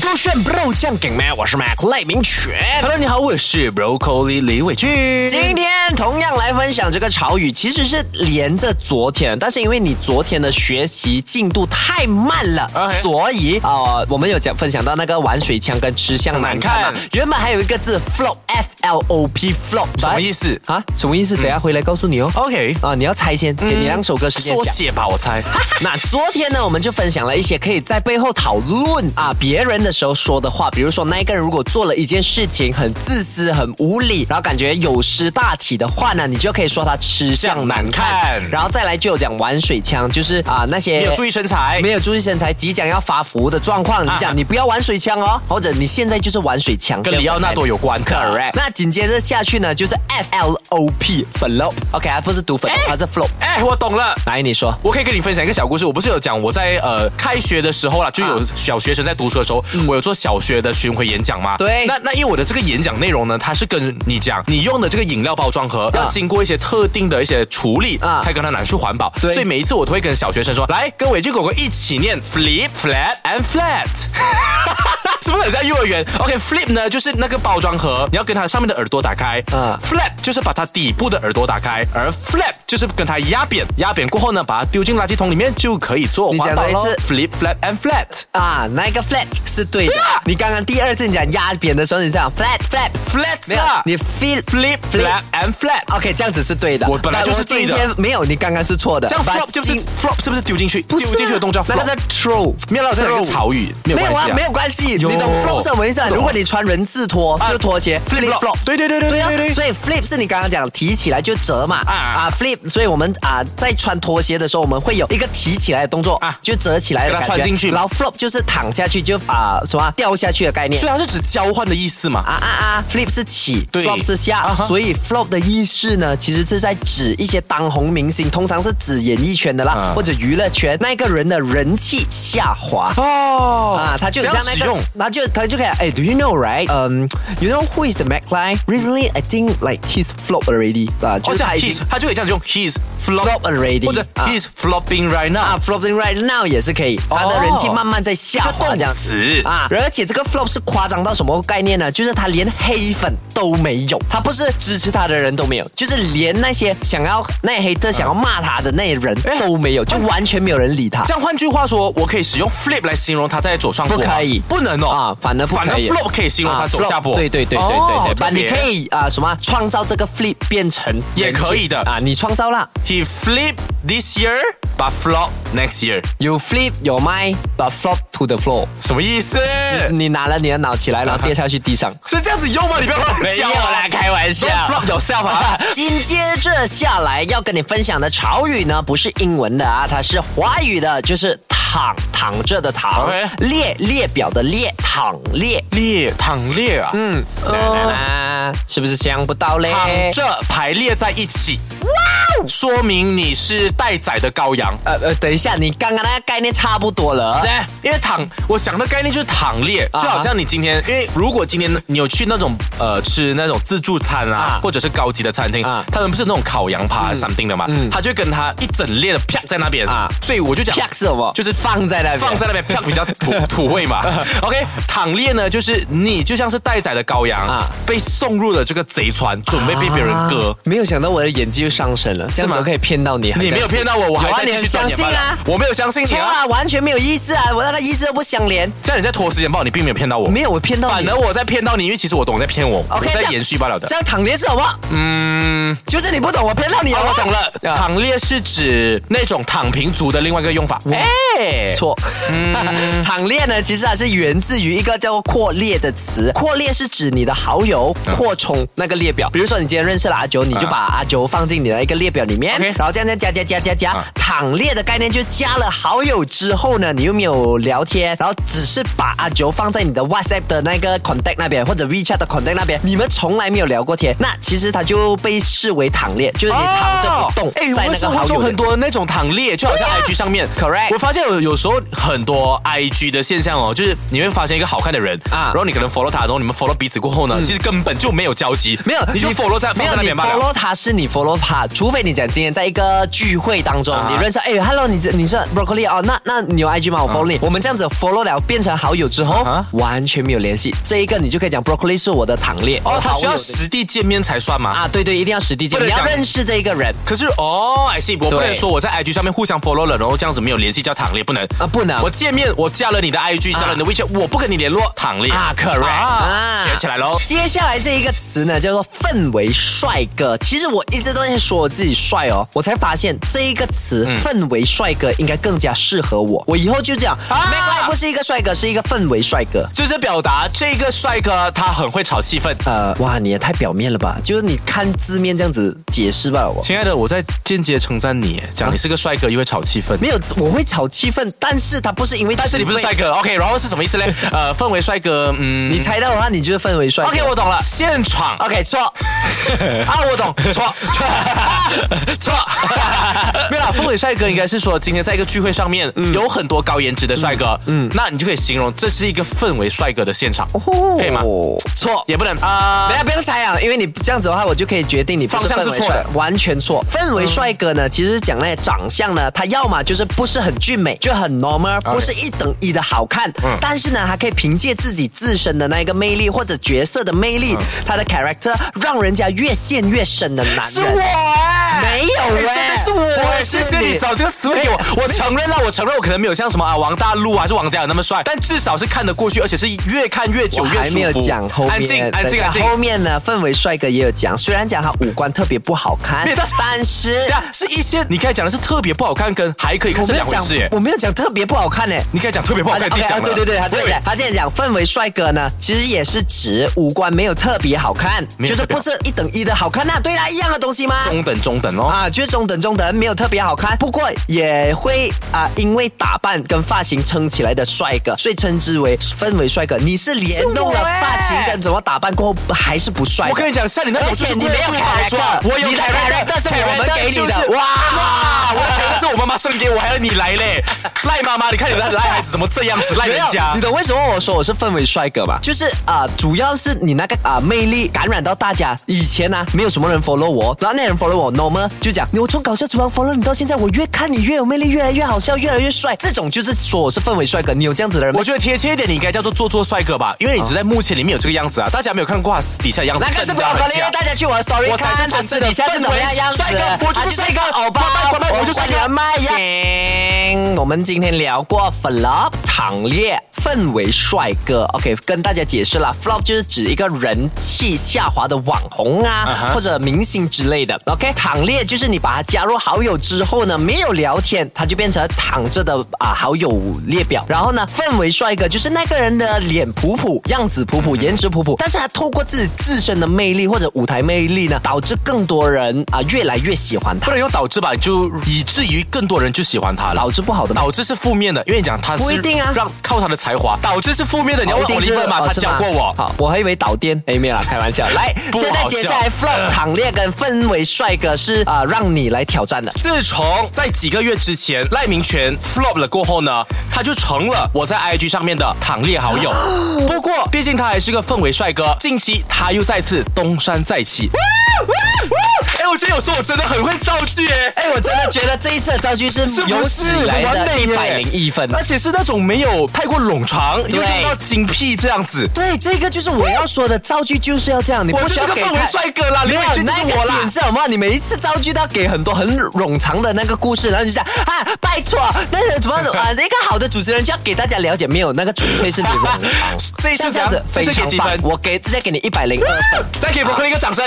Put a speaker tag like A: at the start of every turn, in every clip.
A: 不炫 bro 酱梗咩？我是 Mac 赖明全。
B: Hello，你好，我是 Broccoli 李伟俊。
A: 今天同样来分享这个潮语，其实是连着昨天，但是因为你昨天的学习进度太慢了
B: OK
A: 所以呃，我们有讲分享到那个玩水枪跟吃相难看嘛
B: 难看
A: 原本还有一个字 flop f l o p flop，
B: 什么意思嗯
A: 啊？什么意思？等一下回来告诉你哦。
B: OK，
A: 啊，你要猜先，给
B: 嗯
A: 你两首歌时间
B: 缩
A: 想。
B: 写吧，我猜。
A: 那昨天呢，我们就分享了一些可以在背后讨论啊别人的时候说的话，比如说那一个人如果做了一件事情很自私、很无理，然后感觉有失大体的话呢，你就可以说他吃相难看。
B: 难看
A: 然后再来就有讲玩水枪，就是啊那些
B: 没有注意身材，
A: 没有注意哎身材、即将要发福的状况，你
B: 啊
A: 讲你不要玩水枪哦，或者你现在就是玩水枪，
B: 跟里奥纳多有关。
A: Correct。那紧接着下去呢，就是 F L O P 粉漏，OK，它不是读粉漏，它是 flow。
B: 哎，我懂了。
A: 来，你说。
B: 我可以跟你分享一个小故事。我不是有讲我在呃开学的时候啦，就有
A: 啊
B: 小学生在读书的时候，我有做小学的巡回演讲嘛。
A: 嗯对
B: 那那因为我的这个演讲内容呢，它是跟你讲，你用的这个饮料包装盒要经过一些特定的一些处理，
A: 啊
B: 才跟它拿去环保。
A: 对
B: 所以每一次我都会跟小学生说，来跟伟俊狗狗一起念 flip flat and flat。是不 是很像幼儿园？OK，flip、呢就是那个包装盒，你要跟它上面的耳朵打开，
A: 嗯
B: Flap 就是把它底部的耳朵打开，而 flap 就是跟它压扁，压扁过后呢，把它丢进垃圾桶里面就可以做
A: 你
B: 环
A: 讲
B: 保
A: 多一
B: 咯
A: 次
B: Flip, flap and flat,
A: 啊，那一个 flat 是对的。
B: 啊
A: 你刚刚第二次你讲压扁的时候，你讲 flat flat，
B: flat
A: 没有
B: 啦，
A: 你 feel
B: flip, flap and flat。
A: OK，这样子是对的。
B: 我本来就是对的
A: 但我今天没有，你刚刚是错的。
B: 这样
A: But
B: flop 就是
A: 今
B: flop 是不是丢进去？
A: 不是啊
B: 丢进去的动作叫
A: 那
B: flop。
A: 个叫 throw。
B: 没有啦，我在讲一个
A: throw
B: 潮语，没有
A: 没有
B: 关系
A: 啊
B: 啊，，
A: 没有关系。
B: 有
A: 你懂 flop 是什么意思啊？
B: 懂
A: 如果你穿人字拖，就是拖鞋
B: flip flop 对对对对
A: 对啊
B: 对对，
A: 所以 flip 是你刚刚讲提起来就折嘛，
B: 啊
A: 啊 flip，所以我们啊在穿拖鞋的时候，我们会有一个提起来的动作
B: 啊
A: 啊，就折起来的
B: 给它
A: 感觉，
B: 穿进去
A: 然后 flop 就是躺下去就啊什么啊掉下去的概念
B: 所以。它是指交换的意思嘛？
A: 啊啊啊！flip 是起
B: 对
A: ，flop 是下
B: 啊哈
A: 所以 flop 的意思呢，其实是在指一些当红明星，通常是指演艺圈的啦，
B: 啊
A: 或者娱乐圈那一个人的人气下滑。
B: 哦
A: 啊，他就
B: 这
A: 很
B: 样
A: 像那
B: 使
A: 个
B: 用。，
A: 他就他就可以，哎，Do you know right？嗯、y o u know who is the Mac Lie? Recently, I think like he's flop already 啊，
B: 哦，
A: 就是
B: 这样
A: 他已经
B: he's 他就可以这样子用 he's
A: flop
B: flop
A: already，
B: 或者
A: 啊
B: he's flopping right now
A: 啊。flopping right now 也是可以，他的人气慢慢在下滑这样
B: 哦
A: 子
B: 一个动词
A: 啊。而且这个 flop 是夸张到什么概念呢？就是他连黑粉都没有，他不是支持他的人都没有，就是连那些想要那些黑特想要
B: 嗯
A: 骂他的那些人
B: 哎
A: 都没有，就完全没有人理他
B: 这。样换句话说，我可以使用 flip 来形容它在左上坡吗，
A: 不可以
B: 不能哦，
A: 啊，反而不可以。
B: 反而 flop 可以形容它
A: 啊
B: 走下
A: flop，
B: 坡，
A: 对对对对
B: 哦
A: 对对。
B: 特
A: 但
B: 别
A: 你可以啊什么创造这个 flip 变成
B: 也可以的
A: 啊，你创造啦。
B: he flip this year but flop next year，
A: You flip your mind, but flop to the floor。
B: 什么意思？
A: 你拿了你的脑起来，
B: 啊
A: 然后跌下去地上。
B: 是这样子用吗？你不要乱
A: 没有
B: 讲啊
A: 啦，开玩笑。
B: Don't flop yourself 啊
A: 紧接着下来要跟你分享的潮语呢，不是英文的啊，它是华语的，就是躺躺着的躺
B: OK
A: 列列表的列，躺列。
B: 列躺列啊，嗯，
A: 啦是不是想不到嘞？
B: 躺着排列在一起，
A: 哦
B: 哇，说明你是待宰的羔羊。
A: 呃呃，等一下，你刚刚那个概念差不多了。
B: 对，因为躺，我想的概念就是躺列，就
A: 啊
B: 好像你今天，因为如果今天你有去那种呃吃那种自助餐啊，
A: 啊
B: 或者是高级的餐厅，
A: 啊嗯
B: 他们不是那种烤羊扒 something 的嘛，他就会跟他一整列的啪在那边啊
A: 啊，
B: 所以我就讲
A: 啪是什么？
B: 就是
A: 放在那边，
B: 放在那边啪比较 土土味嘛。OK，躺列呢，就是你就像是待宰的羔羊啊
A: 啊，
B: 被送入了这个贼船，准备被别人割。
A: 啊没有想到我的演技又上升了，这样
B: 吗
A: 子我可以骗到你。
B: 你没有骗到我，我还
A: 有啊
B: 在继
A: 你
B: 续
A: 很
B: 赚
A: 相
B: 眼
A: 信
B: 吧
A: 啊。
B: 我没有相信你
A: 错
B: 啊！
A: 啊，完全没有意思啊！我那个意思都不相连，
B: 这样你在拖时间报，你并没有骗到我。
A: 没有我骗到
B: 反
A: 你
B: 而。我在骗到你，因为其实我懂你在骗我
A: OK，
B: 我在
A: 这样
B: 延续罢了的
A: 这。样躺连是什么？嗯，就是你不懂，我骗到你
B: 啊
A: 了。
B: 我懂了，
A: 啊
B: 躺列是指那种躺平族的另外一个用法。哎、
A: 错，躺列呢，其实啊是源自于一个叫做扩列的词。扩列是指你的好友扩充那个列表，比如说你今天认识了阿九，你就把阿九放进你的一个列表里面
B: OK，
A: 然后这样再加加加加加
B: 啊。
A: 躺列的概念就加了好友之后呢，你又没有聊天，然后只是把阿九放在你的 WhatsApp 的那个 contact 那边或者 WeChat 的 contact 那边，你们从来没有聊过天，那其实它就被视为躺列，就是你躺着不动，
B: 哎，
A: 在
B: 我
A: 那
B: 们
A: 个
B: 生活
A: 好
B: 中
A: 友
B: 很
A: 的。
B: 多那种躺列，就好像 IG 上面、
A: Correct
B: 我发现有有时候很多 IG 的现象哦，就是你会发现一个好看的人啊
A: 啊，
B: 然后你可能 follow 他，然后你们 follow 彼此过后呢，其实根本就没没有交集，
A: 没有，
B: 你就 follow 在
A: 没有
B: 放在那
A: 你
B: 边罢了。
A: follow 他是你 follow 他，除非你讲今天在一个聚会当中，
B: 啊
A: 你认识哎，hello，你这你是 broccoli 哦，那那你有 IG 吗？我 follow 你，我们这样子 follow 了变成好友之后
B: 啊，
A: 完全没有联系，这一个你就可以讲 broccoli 是我的堂列
B: 哦，他
A: 好
B: 需
A: 友
B: 要
A: 的
B: 实地见面才算嘛。
A: 啊，对对，一定要实地见，
B: 不
A: 你
B: 能
A: 要
B: 讲
A: 认识这一个人
B: 可是哦，I see，我不
A: 对
B: 能说我在 IG 上面互相 follow 了，然后这样子没有联系叫躺裂，不能。
A: 啊，不能
B: 我见面，我加了你的 IG，加了你的 WeChat，、我不跟你联络，躺裂
A: 啊，correct
B: 啊
A: 啊，
B: 写起来喽。
A: 接下来这一个词呢，叫做氛围帅哥。其实我一直都在说我自己帅哦，我才发现这一个词、
B: 嗯
A: 氛围帅哥应该更加适合我。我以后就这样
B: 啊
A: m a 不是一个帅哥，是一个氛围帅哥。
B: 就是表达这个帅哥他很会炒气氛。
A: 呃，哇，你也太表面了吧？就是你看字面这样子解释吧，我
B: 亲爱的，我在间接称赞你，
A: 啊
B: 讲你是个帅哥，又会炒气氛。
A: 没有，我会炒气氛，但是他不是因为，
B: 但是你不是帅，哥，OK？然后是什么意思嘞？呃，氛围帅哥，嗯
A: 你猜到的话，你就是氛围帅哥。
B: ，OK，我懂了，现场
A: OK 错，
B: 啊，我懂， 错错，没有啦。氛围帅哥应该是说，今天在一个聚会上面、
A: 嗯
B: 有很多高颜值的帅哥，嗯，那你就可以形容这是一个氛围帅哥的现场，
A: 哦
B: 可以吗？
A: 错，
B: 也不能啊。
A: 不要不用猜啊，因为你这样子的话，我就可以决定你不
B: 方向是
A: 氛围
B: 错
A: 帅
B: 的嗯
A: 完全错。氛围帅哥呢，其实是讲那些长相呢，他要么就是不是很俊美，就很 normal，不是一等一的好看，
B: 嗯
A: 但是呢，他可以凭借自己自身的那一个魅力或者角色的魅
B: 嗯
A: 力，他的 character 让人家越陷越深的男
B: 是
A: 人。
B: 我哎、
A: 没有
B: 哎真
A: 哎
B: 的是我哎，
A: 不是
B: 谢
A: 你
B: 谢你找这个词汇给我。我承认了，我承认我可能没有像什么啊王大陆啊，还是王嘉尔那么帅，但至少是看得过去，而且是越看越久
A: 我
B: 越舒服。
A: 还没有讲后面，
B: 安静，安
A: 等一
B: 静，
A: 下
B: 安静。
A: 后面呢，氛围帅哥也有讲，虽然讲他五官特别不好看
B: 没有但，
A: 但是
B: 对啊，是一些你刚才讲的是特别不好看，跟还可以看
A: 我
B: 是
A: 没有
B: 两回
A: 讲
B: 事耶，。
A: 我没有讲特别不好看呢、
B: 你刚才讲特别不好
A: 他
B: 看，你自己
A: OK，
B: 讲
A: 啊
B: 的。
A: 对对对，他这样
B: 对
A: 讲，他这样讲，氛围帅哥呢，其实也是指五官没有特别好看，
B: 没有
A: 就
B: 特
A: 是
B: 别
A: 不
B: 好
A: 是一等一的好看那、对啦，一样的东西吗？
B: 中等中等哦。
A: 啊，就是中等中等，没有特别好看，不过也会啊，因为打扮跟发型撑起来的帅哥，所以称之为氛围帅哥。你是联动了
B: 是我欸
A: 发型跟怎么打扮过后还是不帅的？
B: 我跟你讲，像你那种
A: 而
B: 就
A: 且
B: 是
A: 你没有
B: 故意包装
A: character，
B: 我有
A: 你的
B: character，
A: character 是我们
B: character
A: 给你
B: 就是
A: 的，
B: 哇，
A: 哇！
B: 我觉得是我妈妈生给我，还要你来嘞，赖妈妈，你看你 的赖孩子怎么这样子赖
A: 没
B: 人
A: 有，
B: 家
A: 你。懂为什么我说我是氛围帅哥吧？就是啊、主要是你那个啊、魅力感染到大家。以前呢、没有什么人 follow 我，然后那人 follow 我，normal 就讲，我从搞笑厨房 follow 你到现在，我越看你越有魅力，越来越好笑，越来越帅。这种就是说我是氛围帅哥，你有这样子的人吗
B: 我？觉得贴切一点，你应该叫做做做帅哥吧，因为你只在幕前里面有这个样子啊，大家没有看过他私底下样子，
A: 那个是
B: 真
A: 不
B: 的
A: 要
B: 很
A: 考虑，
B: 假
A: 大家去我的 story
B: 我才是
A: 看，
B: 真正的
A: 底下是怎么样样子
B: 氛围帅哥我就是帅哥
A: 啊欧巴
B: 关，麦关麦我
A: 我
B: 就是帅
A: 关
B: 哥
A: 你的麦哎呀。行我们今天聊过 flop 场列氛围帅哥，OK，跟大家解释了，flop 就是指一个人气下滑的网红啊
B: 哈
A: 或者明星之类的，OK，躺列就是你把他加入好友之后呢，没有聊天，他就变成躺着的啊好友列表，然后呢，氛围帅哥就是那个人的脸普普，样子普普，颜值普普，但是他透过自己自身的魅力或者舞台魅力呢，导致更多人啊越来越喜欢
B: 不
A: 他，
B: 能用导致吧，就以至于更多人就喜欢他了。
A: 导致不好的吗
B: 导致是负面的，因为你讲他是
A: 不一定啊
B: 让靠他的才华，导致是负面的。你要
A: 哦
B: 问
A: 一
B: 我
A: 定
B: 离
A: 是
B: 婚嘛，
A: 哦
B: 他
A: 是
B: 教
A: 吗
B: 过我。
A: 好，我还以为导电，哎，没有啦，开 玩笑。来，
B: 不好
A: 现在接下来
B: 笑
A: flop 躺列跟氛围帅哥是啊、让你来挑战的。
B: 自从在几个月之前赖明权 flop 了过后呢，他就成了我在 IG 上面的躺列好 友。不过，毕竟他还是个氛围帅哥，近期他又再次东山再起。哎，我觉得有时候我真的很会造句哎。
A: 哎，我真的觉得这一次的造句是
B: 是
A: 有
B: 不
A: 史
B: 是
A: 以来
B: 完
A: 的
B: 美
A: 一
B: 耶
A: 百零一分。啊
B: 而且是那种没有太过冗长，又用到精辟这样子。
A: 对，这个就是我要说的造句就是要这样，你
B: 我
A: 不
B: 就
A: 需
B: 是
A: 要
B: 个
A: 给
B: 氛
A: 太
B: 围帅哥啦，
A: 没
B: 刘
A: 有
B: 伟君就
A: 那
B: 是
A: 个
B: 我啦。
A: 点是好吗？你每一次造句都要给很多很冗长的那个故事，然后就讲啊，拜托，那个怎么 啊，一个好的主持人就要给大家了解，没有那个纯粹是你冗长
B: 这一次
A: 像
B: 怎
A: 这
B: 样
A: 样子？
B: 这
A: 非
B: 次给
A: 常
B: 几
A: 棒
B: 分，
A: 我给直接给你一百零二分。
B: 再给伯克利一个掌声。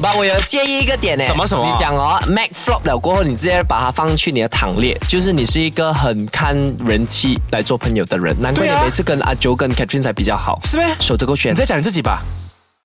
A: 爸，我有建议一个点呢。
B: 什么什么
A: 你讲哦，Mac flop 了过后，你直接把它放去你的躺列，就是你是一个很看人气来做朋友的人，难怪
B: 对
A: 你
B: 啊
A: 每次跟阿九跟 Catherine 才比较好，
B: 是咩
A: 守着够选
B: 你。在讲你自己吧。